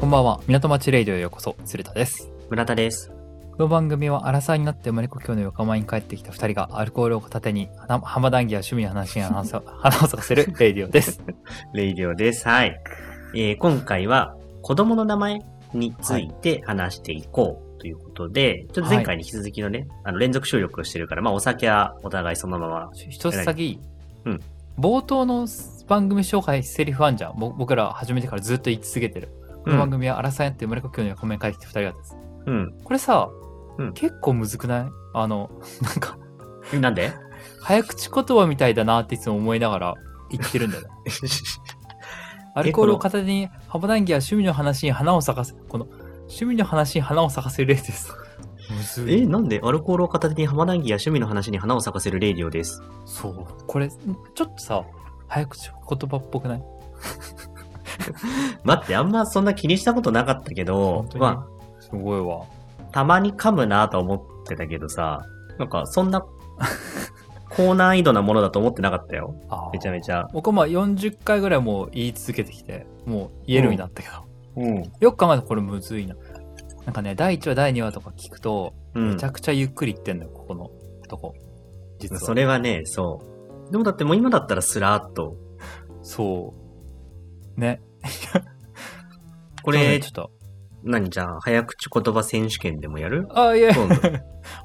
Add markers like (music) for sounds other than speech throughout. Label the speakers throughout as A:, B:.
A: ばんは港町レイディオへようこそ鶴田です
B: 村田です。
A: この番組は荒沢になって生まれ故郷の横浜に帰ってきた2人がアルコールを片手に花浜談義や趣味の (laughs) 話に花を花を咲かせるレイディオです
B: レイディオです。はい。えー今回は子供の名前について話していこうということで、ちょっと前回に引き続きのね、あの連続収録をしてるから、まあお酒はお互いそのまま。
A: 一つ先、
B: うん
A: 冒頭の番組紹介セリフあんじゃんぼ僕ら始めてからずっと言い続けてるこの番組は荒沢になって生まれ故郷の横浜に帰ってきた2人がです
B: うん。
A: これさ、
B: うん
A: 結構むずくないあのなんか
B: うん。なんで
A: 早口言葉みたいだなっていつも思いながら言ってるんだよねアルコールを片手に幅談義や趣味の話に花を咲かせこの趣味の話に花を咲かせる例です。むず
B: (laughs) え、
A: い。
B: なんでアルコールを片手に浜談義や趣味の話に花を咲かせるレイディオです。
A: そう。これ、んちょっとさ、早口言葉っぽくない
B: 待って、あんまそんな気にしたことなかったけど
A: 本、当に
B: ます
A: ごいわ。
B: あ、たまに噛むなと思ってたけどさ、なんかそん (laughs) な高難易度なものだと思ってなかったよ。
A: あー
B: めちゃめちゃ。
A: 僕はまあ40回ぐらいもう言い続けてきて、もう言えるようになったけど。
B: うん。
A: よく考えたらこれむずいな。なんかね、第1話、第2話とか聞くと、
B: うん
A: めちゃくちゃゆっくり言ってんのよ、ここのとこ。実は。
B: それはね、そう。でもだってもう今だったらスラーっと。
A: そう。ね。そ
B: こ
A: う
B: れ、
A: ねちょっと。
B: 何じゃあ、早口言葉選手権でも
A: (laughs)
B: やる
A: あ、いや
B: 今度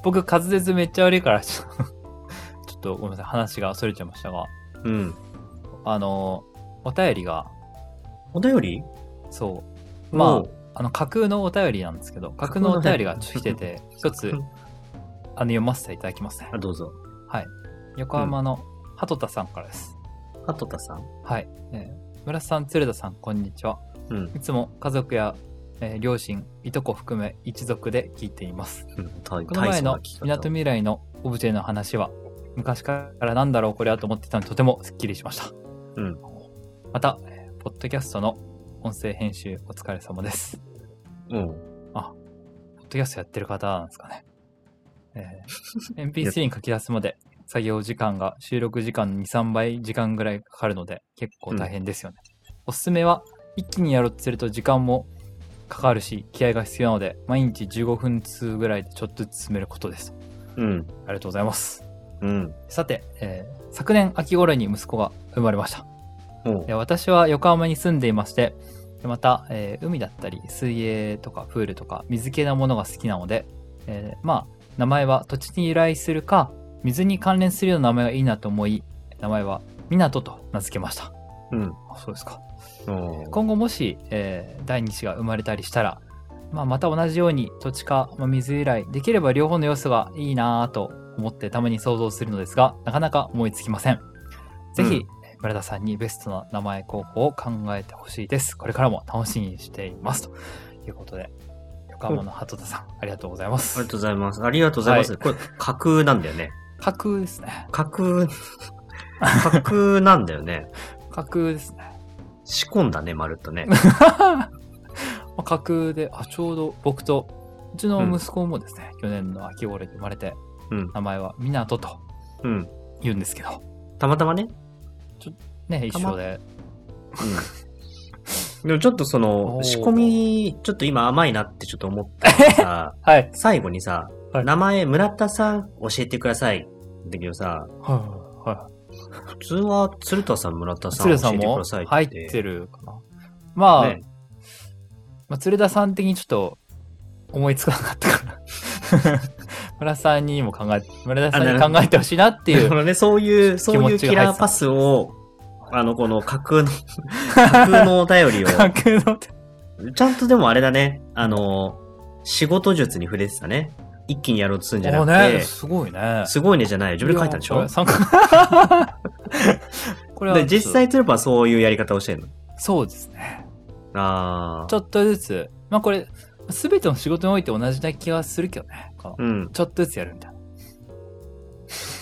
A: 僕滑舌めっちゃ悪いからちょっとちょっとごめんなさい話がそれちゃいましたが
B: うん。
A: あのお便りが
B: お便り
A: そうま
B: おう
A: ああの架空のお便りなんですけど架空のお便りがちょっと来てて一つ
B: うん
A: あの読ませていただきますね
B: あ、どうぞ。
A: 横浜の鳩田さんからです、
B: ハトタさん。
A: はい、えー村瀬さん鶴田さんこんにちは
B: うん。
A: いつも家族や、えー両親いとこ含め一族で聞いています
B: うん大
A: この前のみなと
B: 大層な聞き方
A: みらいのオブジェの話は昔からなんだろうこれはと思ってたのでとてもすっきりしました、
B: うん
A: またえーポッドキャストの音声編集お疲れ様です
B: うん。
A: ポッドキャストやってる方なんですかね、え
B: (laughs)
A: ー MP3 に書き出すまで作業時間が収録時間の23倍時間ぐらいかかるので結構大変ですよね、おすすめは一気にやろうとすると時間もかかるし気合が必要なので毎日15分通ぐらいでちょっとずつ進めることです
B: うん。
A: ありがとうございます
B: うん。
A: さて、えー昨年秋頃に息子が生まれました。
B: うん
A: えー私は横浜に住んでいまして、でまた、えー海だったり、水泳とかプールとか水系なものが好きなので、えーまあ、名前は土地に由来するか、水に関連するような名前がいいなと思い、名前は港と名付けました。
B: うん。
A: あそうですか。
B: うん。
A: 今後もし、えー第2子が生まれたりしたら、まあ、また同じように土地か、まあ、水由来できれば両方の要素がいいなぁと思ってたまに想像するのですがなかなか思いつきませんぜひ、
B: うん
A: 村田さんにベストな名前候補を考えてほしいですこれからも楽しみにしていますということで横浜の鳩田さん、ありがとうございま
B: あり
A: す
B: がとうございます。ありがとうございます。
A: は
B: これ、架空なんだよ
A: (laughs)
B: ね。
A: 架空ですね
B: 架空、架空なんだよね。
A: 架空ですね
B: 仕込んだね、まるっ
A: (laughs)
B: とね。
A: まあ架空であちょうど僕とうちの息子もですね、去年の秋頃に生まれて
B: うん。
A: 名前は港と
B: うん。
A: 言うんですけど
B: たまたまね。
A: ね一緒で
B: うんでもちょっとそ
A: お
B: の、
A: ー
B: 仕込み、ちょっと今甘いなってちょっと思ったの
A: (laughs)
B: がさ、
A: はい
B: 最後にさ、
A: はい
B: 名前村田さん教えてください。だけどさ、
A: はいは
B: 普通は鶴田さん村田
A: い
B: さん
A: 鶴
B: 教
A: 田さん
B: えてく
A: も
B: ださいって。
A: 入ってるかなまあ、
B: ね
A: まあ、鶴田さん的にちょっと思いつかなかったから
B: (laughs)
A: 村田さんにも考え村田さんに考えてほしいなってい
B: (laughs) だか
A: う
B: らね、そういう、そういうキラーパ
A: (laughs)
B: スを、あの、この架空の、 (laughs) 架空のお便り
A: 架
B: を、
A: 空の
B: ちゃんとでもあれだね、あの、仕事術に触れてたね。一気にやろうとするんじゃな
A: お
B: く
A: ね
B: て、
A: すごいね
B: すごいねじゃないよ。自分で書いたんでし
A: い
B: ょ
A: やこれ参
B: (laughs)
A: 加これは
B: で実際鶴パはそういうやり方をしてるの。
A: そうですね
B: ああ。
A: ちょっとずつまあこれ全ての仕事において同じな気がするけどねこの
B: うん。
A: ちょっとずつやるみたいな
B: ちょ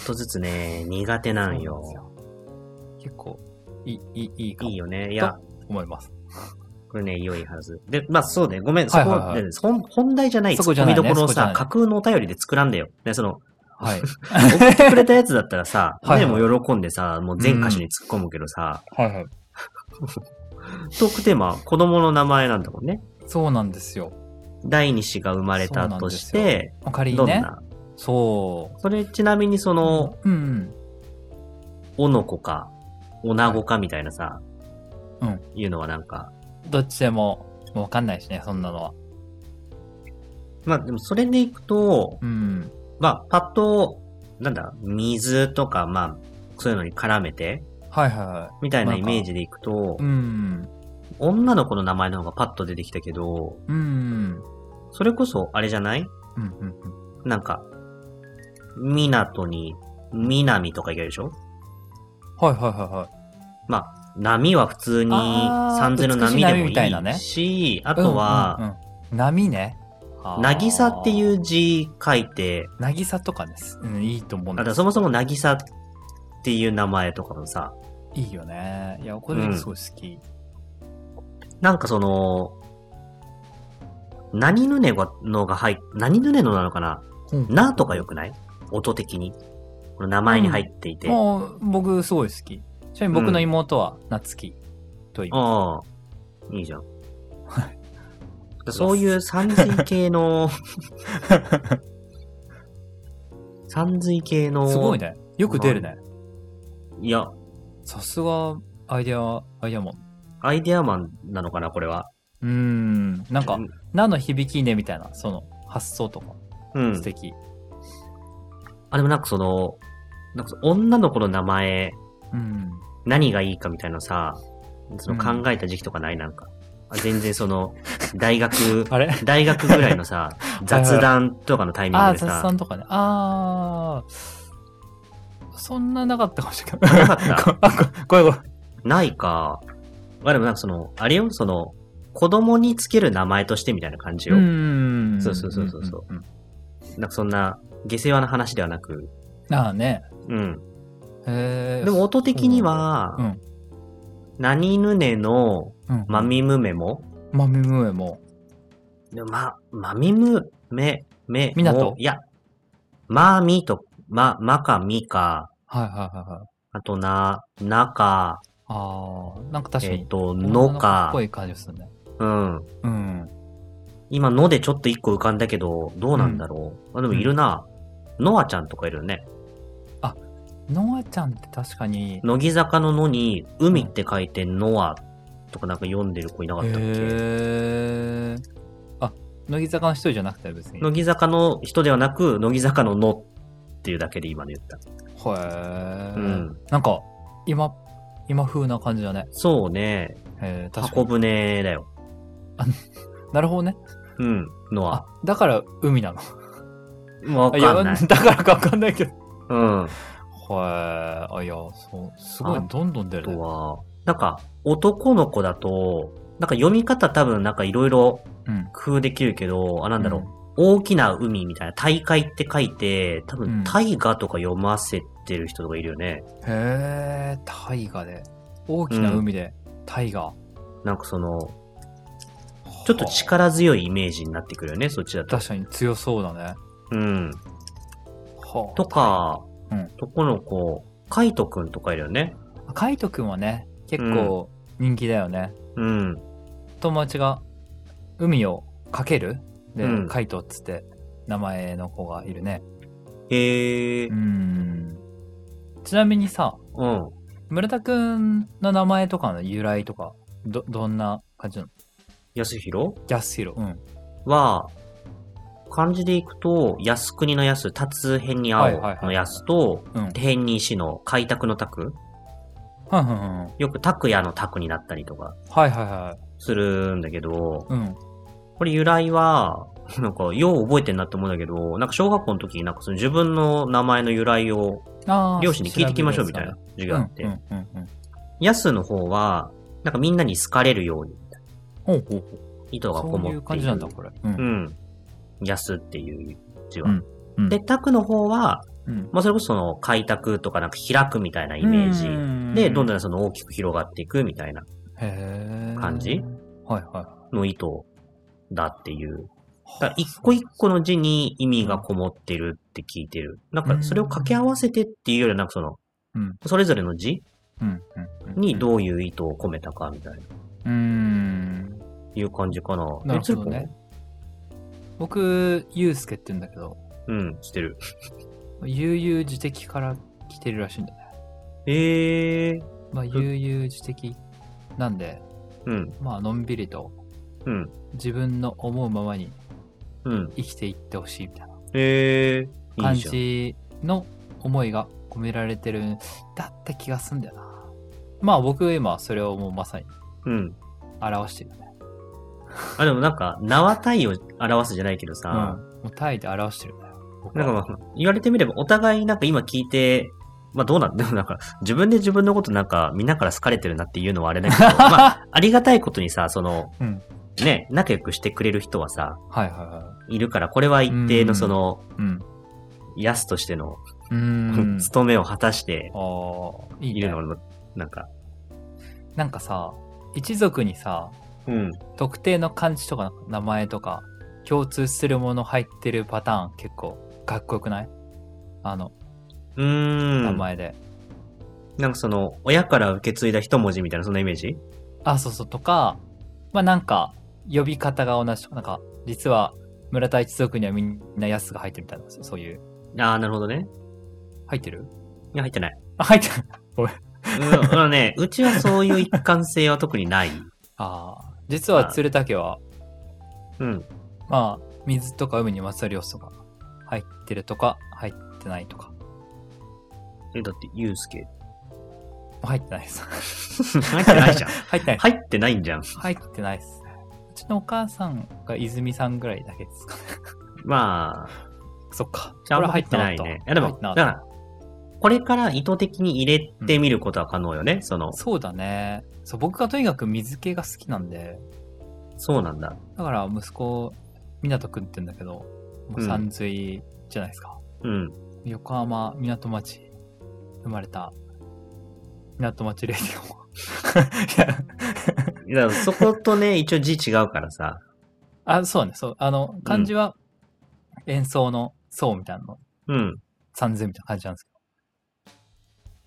B: っとずつね、苦手なんよ。
A: そうなんですよ結構いいいいいいかも
B: いいよね。いや、
A: 思います
B: これね、良いはず。で、まあそうね、ごめん、そ
A: はい
B: こ、
A: はいはい
B: ね本本題じゃない、
A: そ
B: ツ
A: こじゃ
B: ッコ
A: ない
B: ミ
A: ね
B: どころを
A: そこじゃな
B: さ
A: い、
B: 架空のお便りで作らんだよ。ね、
A: (laughs)
B: その、
A: はい
B: 送ってくれたやつだったらさ、
A: はいはい
B: ね、もう喜んでさ、もう全歌手に突っ込むけどさ、
A: はいはい
B: トークテーマ、子供の名前なんだもんね。
A: そうなんですよ。
B: 第二子が生まれたとして、
A: まあ仮
B: ど
A: に
B: ん
A: ね。
B: な、
A: そ。
B: それちなみにそうの、
A: うんうん。
B: おの子か、おなごかみたいなさ、
A: うん
B: いうのはなんか、
A: どっちでも、もうわかんないしね、そんなのは。
B: まあでもそれでいくと、
A: うん。
B: まあパッと、なんだ、水とかまあ、そういうのに絡めて、
A: はいはいは
B: みたいな
A: なん
B: イ
A: か
B: メージでいくと
A: い。う、ん。
B: 女の子の名前の方がパッと出てきたけど、
A: うん。うん
B: それこそあれじゃない
A: うんうん。
B: なんか、港に、南とか言えるでしょ
A: はいはいはいはい。
B: まあ、波は普通に、
A: あー
B: 三千の波でも
A: 美しい波
B: い
A: みたいなね
B: いし、あと
A: うん
B: は、
A: うんうん波ね。
B: なぎさって
A: う。
B: いう字書いて、
A: なぎさとかです。うん、いいと思う
B: あ
A: ん
B: だか
A: で
B: ら
A: す
B: そもそもなぎさっていう名前とかもさ、
A: いいよね。いや、これすごい好き。
B: なんかその、何ぬねごのが入っ、何ぬねのなのかな
A: うん
B: なとかよくない音的に。この名前に入っていて。あ
A: もう、僕、すごい好き。ちなみに僕の妹は、なつきと言います。
B: あー、いいじゃん。そういう三髄系
A: (laughs)
B: の、三髄系の、
A: すごいね。よく出るね。
B: いや、
A: さすが、アイデア、アイデアもん。
B: アイデアマンなのかな、これは。
A: うーん。なんか
B: う、
A: なの響きね、みたいな、その、発想とか、
B: うん
A: 素。敵。
B: あ、でもなんかその、なんかその女の子の名前、
A: うん。
B: 何がいいかみたいなさ、その
A: うん
B: 考えた時期とかないなんか。あ全然その、大学、 (laughs)
A: あれ
B: 大学ぐらいのさ、雑談とかのタイミン
A: あ
B: グ
A: あ、
B: で
A: 雑
B: さ、
A: 談とかね。ああ、そんななかったかもしれない。
B: なかった
A: こ (laughs) あ、こごめんごめん。
B: ないか。あ、でもなんかその、あれよ、その、子供につける名前としてみたいな感じよ。
A: うん。
B: そうそうそうそうそ
A: うんん
B: なんかそんな、下世話な話ではなく、
A: うん。ああね。
B: うん。
A: へえ。
B: でも音的には、
A: うんうん
B: 何ぬねの、
A: うん、
B: まみむめも、
A: まみむえも。
B: でま、まみむ、め、め、
A: みなと
B: もいや、まみと、ま、まかみか、
A: はいはいはいはい。
B: あとな、なか、
A: ああ、なんか確か
B: えっ、
A: に。
B: と、
A: 女
B: の
A: の子っ
B: か
A: ぽ、い感じですね。
B: うん。
A: うん。
B: 今、のでちょっと一個浮かんだけど、どうなんだろう。あ、でもいるな。のあちゃんとかいるよね。
A: ノアちゃんって確かに。
B: 乃木坂ののに、海って書いて、のあとかなんか読んでる子いなかったっけ
A: へえ。あ、乃木坂の一人じゃなくて別に。へ
B: 乃木坂の人ではなく、乃木坂ののっていうだけで今の言った。
A: え。
B: うん。
A: なんか、今、今風な感じだね。
B: そうね。
A: へえ、確か
B: 箱
A: に。
B: 舟だよ。
A: なるほどね。
B: うん。の
A: あ
B: あ。、
A: だから海なの。
B: わかんない
A: や。だからかわかんないけど。
B: うん。あ
A: はい。あ、いや、そう、すご
B: あ
A: い、どんどん出る
B: と
A: ね。
B: は、なんか、男の子だと、なんか読み方多分なんかいろいろ
A: うん。
B: 工夫できるけど、あ、なんだろう。
A: うん
B: 大きな海みたいな、大海って書いて、多
A: う
B: 分、
A: ん
B: 大河とか読ませてる人とかいるよね。
A: へえ、大河で。大きな海で、大河。
B: なんかその、ちょっと力強いイメージになってくるよね、そっちだと。
A: 確かに強そうだね。
B: うん。
A: は
B: とか、
A: うん
B: 男の子、カイトくんとかいるよね。
A: あ。カイトくんはね、結構人気だよね。
B: うん。
A: 友達が、海をかけるで、
B: うん
A: カイトっつって、名前の子がいるね。
B: へえ
A: う。ん。ちなみにさ、
B: うん。
A: 村田くんの名前とかの由来とか、ど、どんな感じなの
B: 安弘
A: 安弘。うん。
B: は、漢字でいくと、安国の安、達編に青
A: はいはい
B: の
A: はい
B: 安と、
A: うん。うん
B: 変に石の開拓の拓
A: うんうんうん。
B: よく拓也の拓になったりとか
A: はいはいはい。
B: するんだけど、
A: うん。
B: これ由来は、なんか、よう覚えてんなって思うんだけど、なんか小学校の時になんかその自分の名前の由来を
A: あー
B: 両親に聞いてきましょうみたいな。
A: 調
B: 授
A: べる
B: 業
A: や
B: あっ
A: つだね
B: て。
A: うんうんうんうん。
B: ヤスの方は、なんかみんなに好かれるように、
A: ほうほうほう。
B: 意図が
A: そ
B: こもっ
A: う
B: てい
A: い
B: る
A: う感じなんだ、これ。う。
B: うんん。ヤスっていう字は。
A: うん
B: で、拓の方は、
A: うん。
B: まあそれこそその開拓とかなんか開くみたいなイメージで、どんどんその大きく広がっていくみたいな
A: へー
B: 感じ
A: はいは
B: の意図だっていう。
A: い。
B: だから一個一個の字に意味がこもってるって聞いてる。なんかそれを掛け合わせてっていうよりはなんかその、
A: うん
B: それぞれの字
A: うんうんうん
B: にどういう意図を込めたかみたいな。
A: うーん。
B: いう感じかな。
A: なるほど
B: え
A: ね。。僕、ゆうすけって言うんだけど、
B: つるぽんうん、してる。
A: 悠々自適から来てるらしいんだね。
B: ええー。
A: まあ、悠々自適なんで、
B: うん、
A: まあ、のんびりと
B: うん、
A: 自分の思うままに
B: うん。
A: 生きていってほしいみたいな
B: ええー。
A: 感
B: いいじゃん。
A: じの思いが込められてるんだって気がすんだよな。まあ、僕は今、それをもうまさに
B: うん。
A: 表してるよね。
B: あ、でもなんか、縄体を表すじゃないけど
A: う
B: さ、
A: ん。もう単位で表してるんだよ。僕
B: な
A: は
B: んかまあ、言われてみれば、お互いなんか今聞いて、まあどうなんで (laughs) もなんか、自分で自分のことなんか、みんなから好かれてるなっていうのはあれだ
A: (laughs)
B: けど、まあ、ありがたいことにさ、その、
A: うん
B: ね、仲良くしてくれる人はさ、
A: はいはいはい
B: るから、これは一定
A: う
B: の
A: ん
B: その、
A: い。うん。
B: 安としての、
A: うーん。
B: (laughs) 務めを果たして
A: ああ、いい
B: い
A: ね
B: る。のも、なんか、
A: なんかさ、一族にさ、
B: うん。
A: 特定の漢字とか名前とか、共通するもの入ってるパターン結構かっこよくないあの、
B: うーん。
A: 名前で。
B: なんかその、親から受け継いだ一文字みたいな、そんなイメージ
A: あ、そうそう、とか、まあなんか、呼び方が同じとか、なんか、実は村田一族にはみんな安が入ってるみたいな、そうそういう。
B: ああ、なるほどね。
A: 入ってる
B: いや、入ってない。
A: あ、入ってる
B: うん、あのね、うちはそういう一貫性は特にない。
A: ああ、実は鶴竹は、
B: うん。
A: まあ、水とか海にまつわる要素が入ってるとか、入ってないとか。
B: え、だって、ゆうすけ。
A: 入ってないです。 (laughs)
B: 入ってないじゃん。
A: 入ってない。
B: (laughs) 入ってないんじゃん。
A: 入ってないですね。うちのお母さんが泉さんぐらいだけですかね。
B: まあ、
A: (laughs) そっか。
B: じゃあ、
A: 俺
B: 入ってないね。いや、で
A: 入
B: も
A: っ、てな
B: だ
A: かった
B: から、これから意図的に入れてみることは可能よね。その、
A: そうだね。そう、僕がとにかく水系が好きなんで、
B: そうなんだ。
A: だから息子、湊くんって言うんだけど、もう山水じゃないですか。
B: うん。
A: 横浜港町生まれた、港町レディオ。 (laughs) いや
B: いや、そこ
A: (laughs)
B: とね、一応字違うからさ。
A: あ、そうね、そう。あの、漢字は演奏の奏みたいなの、
B: うん。
A: 3000みたいな感じなんですけど。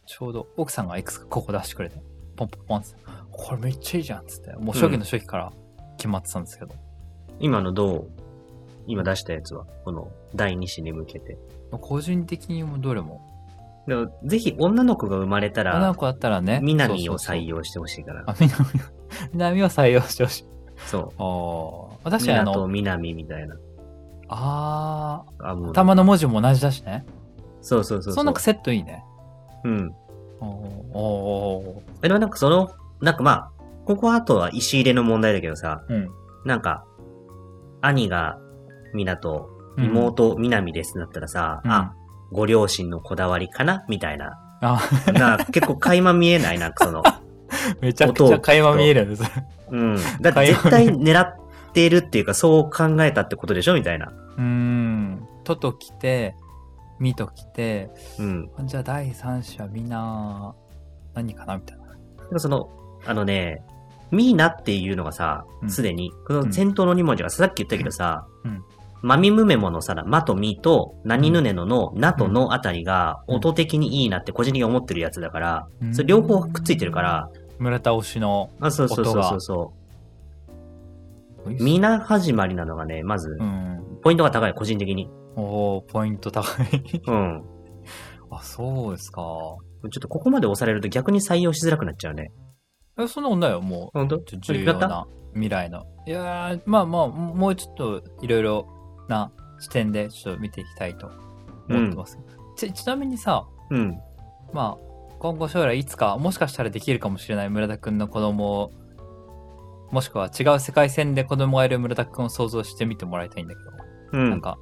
A: ちょうど奥さんがいくつかここ出してくれて、ポンポンポンって、これめっちゃいいじゃんっつって、もう初期の初期から決まってたんですけど、
B: 今のどう今出したやつは、この第二子に向けて。
A: もう個人的にもどれも、
B: でもぜひ女の子が生まれた
A: 女の
B: ら、
A: 子だったらね、
B: 南を採
A: 用。
B: 用してほしいから。
A: あ、南を、 (laughs) 南を採用してほしい。
B: そ
A: あーまあ。
B: う。
A: 確かにあ
B: 港、
A: の、
B: 南みたいな。
A: あー
B: あ、もう。
A: 頭の文字も同じだしね。
B: そうそうそう。
A: そんなんかセットいいね。
B: うん。
A: おーお
B: えでもなんかその、なんかまあ、ここはあとは石入れの問題だけどさ、
A: ー
B: なんか、兄が港、
A: うん。
B: 妹、南ですってなったらさ、
A: うん
B: あ、ご両親のこだわりかなみたいな。
A: あ、
B: な結構垣間見えないなんかその。
A: めちゃくちゃ会話見えるんです。 (laughs)
B: うん。だって絶対狙ってるっていうか、そう考えたってことでしょみたいな。
A: うーん。とと来て、みと来て、
B: うん。
A: じゃあ第三者みんな、何かなみたいな。
B: でもその、あのね、ミーナっていうのがさ
A: う、ん
B: すでに、この先頭の2文字がさ、さっき言ったけどさ、
A: うん
B: マミムメモのさ、マとミと、何ぬねのの、ナとのあたりが、
A: うん
B: 音的にいいなって個人的に思ってるやつだから、
A: うん
B: それ両方くっついてるから、
A: 村田推しの、
B: あそうそうそう
A: 音
B: そ
A: が
B: うそう。ミーナ始まりなのがね、まず
A: う、ん。
B: ポイントが高い、個人的に。
A: おおポイント高い。 (laughs)
B: うん。
A: あ、そうですか。
B: ちょっとここまで押されると逆に採用しづらくなっちゃうね。
A: え、そんなことないよ、も
B: ほんと
A: う。重要な未来の。いやー、まあまあ、もうちょっといろいろな視点でちょっと見ていきたいと思ってます。ちちなみにさ、
B: うん。
A: まあ、今後将来いつか、もしかしたらできるかもしれない村田くんの子供を、もしくは違う世界線で子供がいる村田くんを想像してみてもらいたいんだけど、
B: う
A: なん
B: ん。
A: か、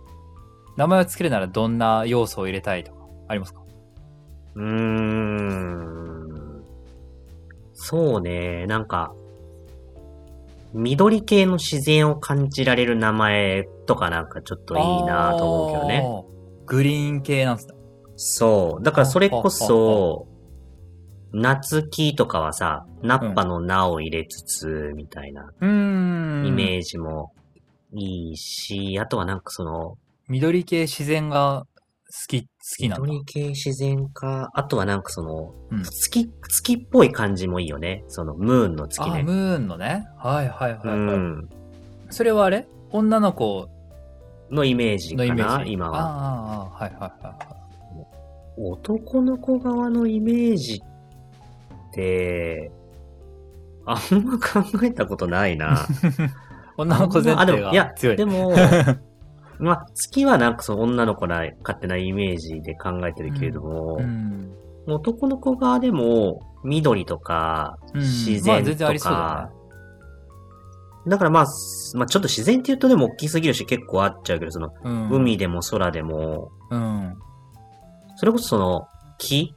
A: 名前をつけるならどんな要素を入れたいとか、ありますか
B: うーん。そうね。なんか、緑系の自然を感じられる名前とかなんかちょっといいなと思うけどね。
A: ね。グリーン系なんすね。
B: そう。だからそれこ
A: ほうほ
B: そ、夏木とかはさ、ナッパの名を入れつつ、みたいな
A: うーん。
B: イメージもいいし、あとはなんかその、
A: 緑系自然がき、好きなんだ。
B: 緑系自然科、あとはなんかその、
A: うん
B: 月、月っぽい感じもいいよね。その、ムーンの月
A: あ、
B: ね。
A: ムーンのね。はいはいはい、
B: う
A: はい
B: ん。
A: それはあれ女の子
B: のイメージ
A: のイ
B: か
A: メ
B: な
A: ー、ジ。
B: 今は。
A: ああ、ああはいはいはいはい。
B: 男の子側のイメージって、あんま考えたことな
A: (laughs)
B: いな。
A: 女の子前
B: あで
A: 提
B: もいや
A: が強い。
B: で
A: (laughs)
B: も、まあ、月はなんかその女の子な勝手なイメージで考えてるけれども、
A: うん、
B: 男の子側でも、緑とか、
A: うん
B: 自
A: まあ
B: 然
A: 全
B: と
A: 然ありそう
B: か
A: だ、
B: だからまあ、すまあ、ちょっと自然って言うとでも大きすぎるし結構あっちゃうけど、その、
A: ね。うん、
B: 海でも空でも、
A: うん。
B: それこそその、木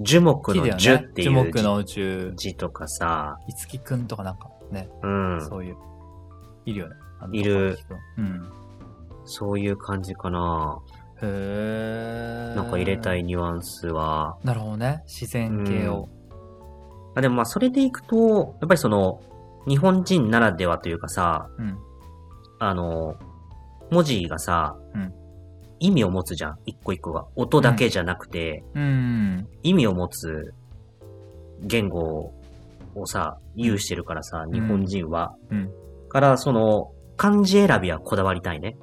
B: 樹木
A: 木だよ
B: の
A: ね。
B: 樹って
A: 樹
B: いう
A: 木
B: 字,、
A: の宇宙。
B: とかさ、
A: いつきくんとかなんかね、
B: うん、
A: そういう、いるよね。あの
B: いる。
A: うん。
B: そういう感じかな。
A: へえ。
B: なんか入れたいニュアンスは。
A: なるほどね。自然系を。
B: あでもまあ、それでいくと、やっぱりその、日本人ならではというかさ、
A: うん。
B: あの、文字がさ、
A: うん
B: 意味を持つじゃん、一個一個が。音だけじゃなくて、
A: うん。
B: 意味を持つ言語をさ、有してるからさ、日本人は。
A: うん
B: から、その、漢字選びはこだわりたいね。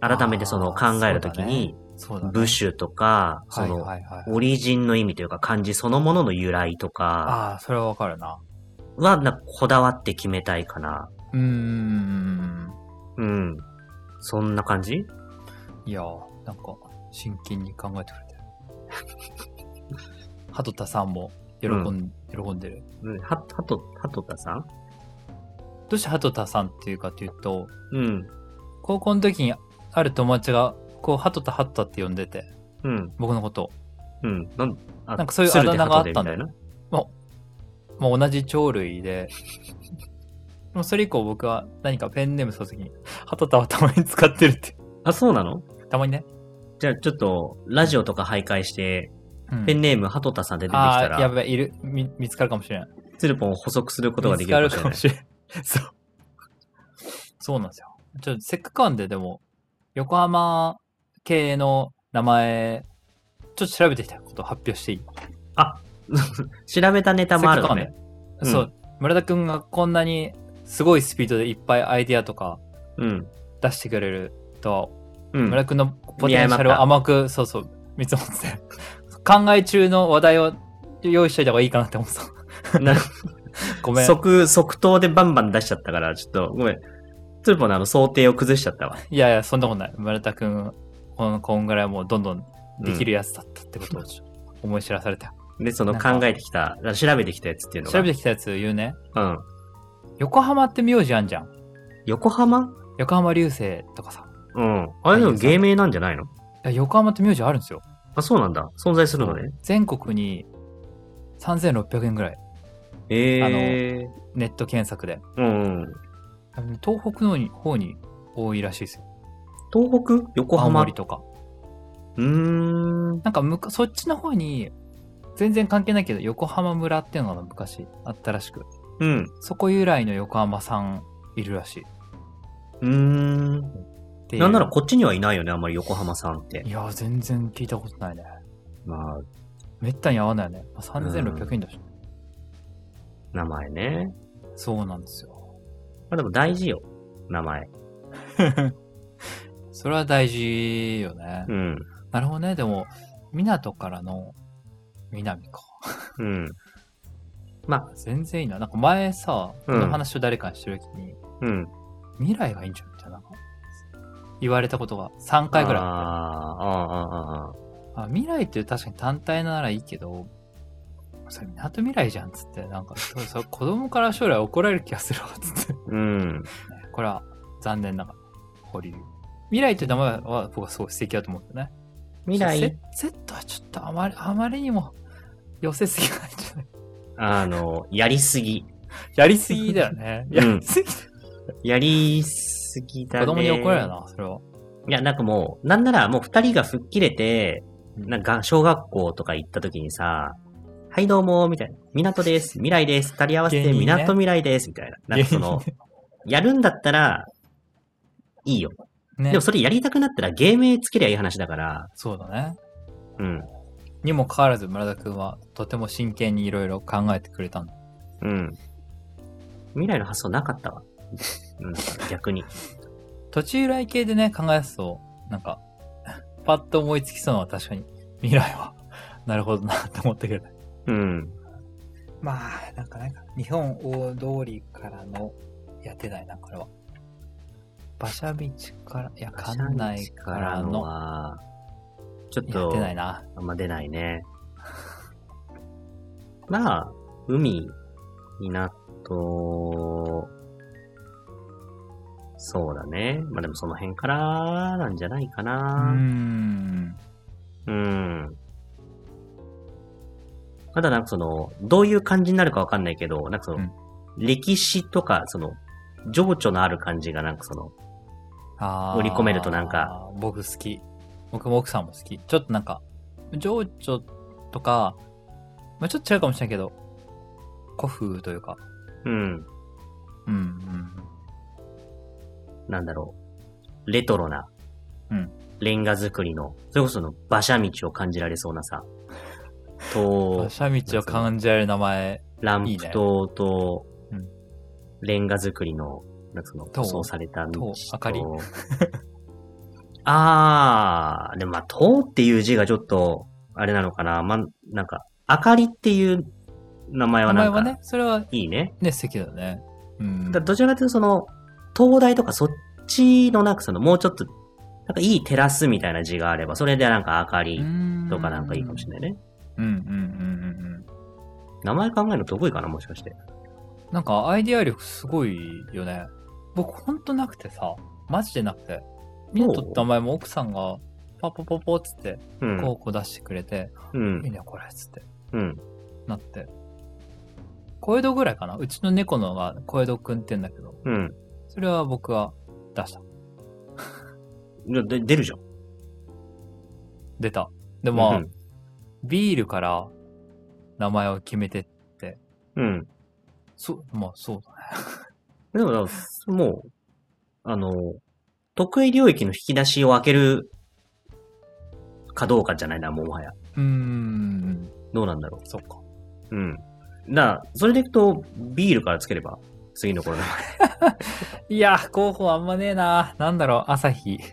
B: 改めてその
A: あー
B: 考えるときに、
A: そうだね。
B: 部首とか、そ
A: はい
B: の、
A: はいはい。
B: オリジンの意味というか漢字そのものの由来とか
A: ああ、それはわかるな。
B: は、なんかこだわって決めたいかな。
A: うーん。
B: うん。そんな感じ
A: いやー、なんか、真剣に考えてくれてる。鳩田さんも喜ん、
B: う
A: 喜んでる。
B: うん。は、はと、はとたさん
A: どうして鳩田さんっていうかっていうと、
B: うん。
A: 高校の時にある友達が、こう、鳩田鳩田って呼んでて、
B: うん。
A: 僕のことを。
B: うん。なん、あ
A: なんかそういう
B: 鶴で
A: あだ名があった
B: 鳩
A: ん
B: で
A: だ
B: みたいな。
A: まあ、同じ鳥類で、 (laughs) もうそれ以降僕は何かペンネームするときに、鳩田をたまに使ってるって。
B: あ、そうなの
A: たまにね。
B: じゃあちょっと、ラジオとか徘徊して、
A: うん
B: ペンネームはとたさんで出てき
A: あ
B: た
A: あー、や
B: ら、
A: べえ、いる、み見つかるかもしれない。
B: つるぽんを補足することができ
A: 見
B: る
A: つ
B: か
A: か
B: も
A: る
B: し
A: か
B: れ
A: も
B: ない。
A: しれない。 (laughs) そう。そうなんですよ。ちょっとせっかくなんで、でも、横浜系の名前、ちょっと調べてきたことを発表していい
B: 調べたネタもあるの
A: せっ
B: ね
A: か。くなんで
B: うん
A: そう。村田くんがこんなにすごいスピードでいっぱいアイディアとか
B: うん。
A: 出してくれるとは、
B: (laughs) うん。
A: 村田くんのポテンシャルを甘く、そうそう、見積もってて、考え中の話題を用意しといた方がいいかなって思ってた。 (laughs)
B: な
A: ごめん。
B: 即、即答でバンバン出しちゃったから、ちょっと、ごめん。つるぽんのあの想定を崩しちゃったわ。
A: いやいや、そんなことない。村田くん、この、こんぐらいはもうどんどんできるやつだったってことをちょっと思い知らされた。
B: うん。で、その
A: なんか
B: 考えてきた、調べてきたやつっていうのが。
A: 調べてきたやつ言うね。
B: うん。
A: 横浜って名字あんじゃん。
B: 横浜
A: 横浜流星とかさ。
B: うん。あれでも芸名なんじゃないの
A: いや横浜って名字あるんですよ。
B: あ、そうなんだ。存在するのね。
A: 全国に3600円ぐらい。
B: ええ
A: ネット検索で。
B: ー。うんうん。
A: 多分東北の方に多いらしいですよ。
B: 東北横
A: 青
B: 浜
A: 森
B: う
A: とか。
B: ーん。
A: なんかむか、そっちの方に、全然関係ないけど、横浜村っていうのが昔あったらしく、
B: うん。
A: そこ由来の横浜さんいるらしい。っ
B: うーん。
A: ていう
B: なんならこっちにはいないよね、あんまり横浜さんって
A: い。やー、全然聞いたことないね。
B: まあ、
A: めったに合わないよね。まあ、3600円だし、
B: 名前ね。
A: そうなんですよ。
B: まあでも大事よ。名前。
A: それは大事よね。
B: うん。
A: なるほどね。でも、港からの南か。
B: うん。
A: 全然いいな。なんか前さ、こ
B: うん
A: の話を誰かにしてるときに、
B: うん。
A: 未来がいいんじゃんみたいな。なんか言われたことが3回ぐらい
B: あ
A: あっ
B: ーあー、あー
A: て
B: あ
A: あ未来って確かに単体ならいいけど、それ港未来じゃんっつって、なんか、そうそう子供から将来怒られる気がするわっつって。
B: ー、うん。
A: これは残念ながら保留未来という名前は僕はすごい素敵だと思ってね
B: 未来、
A: セセットはちょっとあまりあまりにも寄せすぎなんじゃない
B: あの、やりすぎ。
A: やりすぎだよね、
B: う
A: やり
B: ん
A: すぎだよ
B: やりすぎだね。
A: 子供に怒られる。なそれはい
B: や、なんかもう、なんならもう二人が吹っ切れて、なんか、小学校とか行った時にさ、はいどうも、みたいな。港です、未来です、二人合わせ
A: 芸
B: て
A: 人ね
B: 港未来です、みたいな。なんかその、やるんだったら、いいよ。
A: ね。
B: でもそれやりたくなったら芸名つけりゃいい話だから、
A: そうだね。
B: うん。
A: にもかかわらず村田くんはとても真剣にいろいろ考えてくれたんだ。
B: うん。未来の発想なかったわ。うん、逆に。
A: 途中来系でね、考え出すと、なんか、 (laughs) パッと思いつきそうなのは確かに、未来は、 (laughs) なるほどなと思ったけど。
B: うん。
A: まあ、なんかなんか、日本大通りからの、いやってないな、これは。馬車道から、いや、館内からの、
B: は、ちょっ
A: やっ
B: と
A: て、ないな。
B: あんま出ないね。まあ、海、港、そうだね。まあでもその辺からなんじゃないか
A: うー
B: な。
A: ん。
B: うん。まだなんかその、どういう感じになるかわかんないけど、なんかその、
A: うん
B: 歴史とか、その、情緒のある感じがなんかその、
A: あー
B: 織り込めるとなんか。
A: 僕好き。僕も奥さんも好き。ちょっとなんか、情緒とか、まあちょっと違うかもしれないけど、古風というか、
B: うん、
A: うん、うん。
B: なんだろう、レトロな、
A: うん
B: レンガ作りの、それこその馬車道を感じられそうな
A: (laughs)
B: さ、
A: 馬
B: と、
A: 車道を感じられる名前、
B: ランプ灯と
A: いいね、
B: レンガ作りの、なんかその、
A: 塔
B: 塗装された道と
A: 塔、明かり
B: (laughs) あー、でもまあ、塔っていう字がちょっと、あれなのかな、まあ、なんか、明かりっていう名前
A: 名
B: はな
A: 前
B: ん
A: は
B: か
A: ね、、それは
B: いいね。
A: ね、素敵だよね。うん。
B: だどちらかというと、その、東大とかそっちのなんかその、もうちょっと、なんかいいテラスみたいな字があれば、それでなんか明かりとかなんかいいかもしれないね。
A: うんうんうんうんうん。
B: 名前考えるの得意かな、もしかして。
A: なんかアイデア力すごいよね。僕ほんとなくてさ、マジでなくて。ミントって名前も奥さんがパポポポっつって、
B: うん。
A: こうこう出してくれて、
B: う
A: いい
B: ん。
A: ねこれっつって、
B: うん。
A: なって。小江戸ぐらいかなうちの猫のが小江戸くんって言うんだけど、
B: うん。
A: それは僕は出した。
B: じゃで出るじゃん。
A: 出た。でも、
B: うん
A: ビールから名前を決めて、
B: うん。
A: そう、まあそうだね。
B: でも、だからもう、あの、得意領域の引き出しを開けるかどうかじゃないな、もうもはや。
A: うーん、
B: どうなんだろ
A: そっか。
B: う。うん。だからそれでいくと、ビールからつければ、次の頃の。
A: いや、候補あんまねえな。なんだろう、朝日。 (laughs)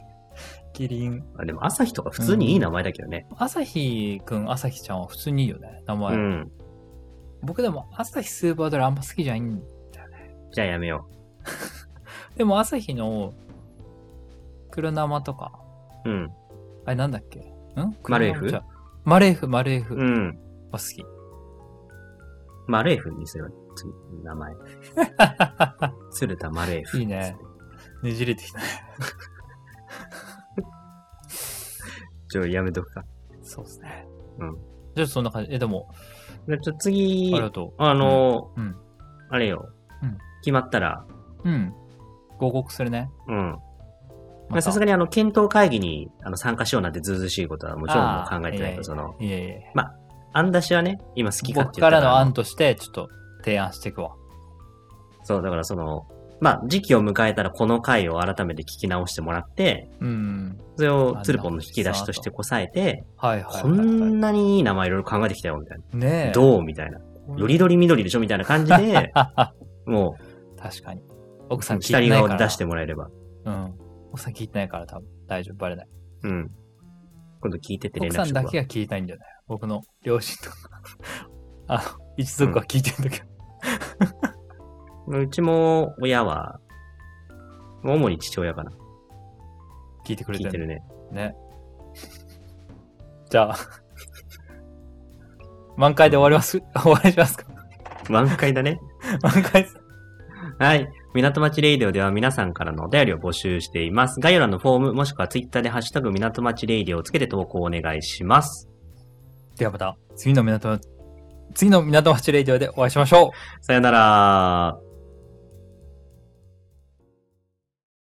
A: キリン。
B: あでも、朝日とか普通にいい名前だけどね。
A: 朝日くん、朝日ちゃんは普通にいいよね、名前。
B: うん。
A: 僕でも朝日スーパードライあんま好きじゃないん。
B: じゃあやめよ
A: でも朝日の黒生とか、
B: う。うん。
A: あれなんだっけん
B: マルエフ
A: 黒生じゃマレーフ、マレーフ
B: う
A: は
B: ん。
A: 好き。
B: マレーフにすれば、次、
A: (laughs)
B: 名前。鶴田マレーフ。
A: いい
B: (laughs)
A: ね。ねじれてきた。
B: ちょ、やめとくか。
A: そうですね。
B: うん。
A: じゃあそんな感じ。え、でも、
B: じゃあちょ、
A: あり、
B: 次
A: がと
B: あの、
A: うんうん
B: あれよ、
A: うん
B: 決まったら、
A: う。うん。合格するね。
B: うん。ま
A: ま
B: あさすがに、あの、検討会議にあの参加しようなんてずうずうしいことはもちろんも
A: あ
B: う
A: ー
B: 考えてないけど、
A: い
B: その、
A: いえいえ。
B: 案出しはね、今好きかって
A: 僕
B: 言
A: か
B: った
A: ら
B: ら、
A: の案として、ちょっと提案していくわ。
B: そう、だからその、まあ、時期を迎えたらこの回を改めて聞き直してもらって、
A: うん。
B: それを鶴ポンの引き出しとしてこさえて、
A: はいはい
B: こ
A: はいはい、
B: んなにいい名前いろいろ考えてきたよ、みたい
A: ね
B: な。
A: え。
B: どうみたいな。
A: (laughs)
B: よりどり緑でしょみたいな感じで、も
A: 確かに。奥さん
B: う、
A: 聞いて
B: 下り
A: ない
B: 顔
A: から。
B: 出してもらえれば。
A: うん。奥さん聞いてないから多分大丈夫、バレない。
B: うん。今度聞いてって連
A: 奥さ
B: 絡し
A: ん
B: と
A: だ
B: くわ
A: けが聞いたいんじゃない僕の両親とか。 (laughs) あの、一族は聞いてるんだけど。
B: うちも親は、主に父親かな。
A: 聞いてくれて
B: 聞
A: る
B: いてるね。
A: ね。じゃあ、 (laughs) 満開で終わります、 (laughs) 終わりしますか
B: 満開だね。
A: 満開です。
B: はい。港町レイディオでは皆さんからのお便りを募集しています。概要欄のフォームもしくはツイッターでハッシュタグ港町レイディオをつけて投稿お願いします。
A: ではまた、次の港、次の港町レイディオでお会いしましょう
B: さよなら。